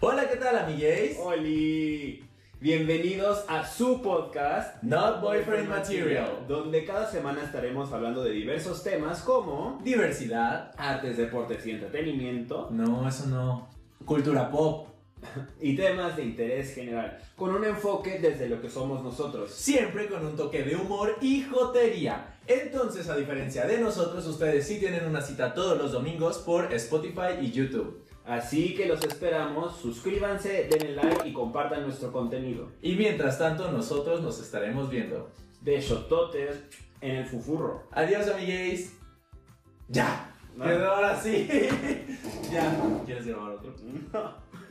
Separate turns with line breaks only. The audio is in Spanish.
Hola, ¿qué tal, amigues?
¡Holi! Bienvenidos a su podcast
Not Boyfriend Material.
donde cada semana estaremos hablando de diversos temas como
Diversidad.
artes, deportes y entretenimiento
No, eso no. Cultura pop.
y temas de interés general, con un enfoque desde lo que somos nosotros.
Siempre con un toque de humor y jotería. Entonces, a diferencia de nosotros, ustedes sí tienen una cita todos los domingos por Spotify y YouTube.
Así que los esperamos, suscríbanse, denle like y compartan nuestro contenido.
Y mientras tanto, nosotros nos estaremos viendo.
De Shototes en el Fufurro.
Adiós, amigues. Ya.
No.
Quedó ahora sí. ya. ¿Quieres grabar otro?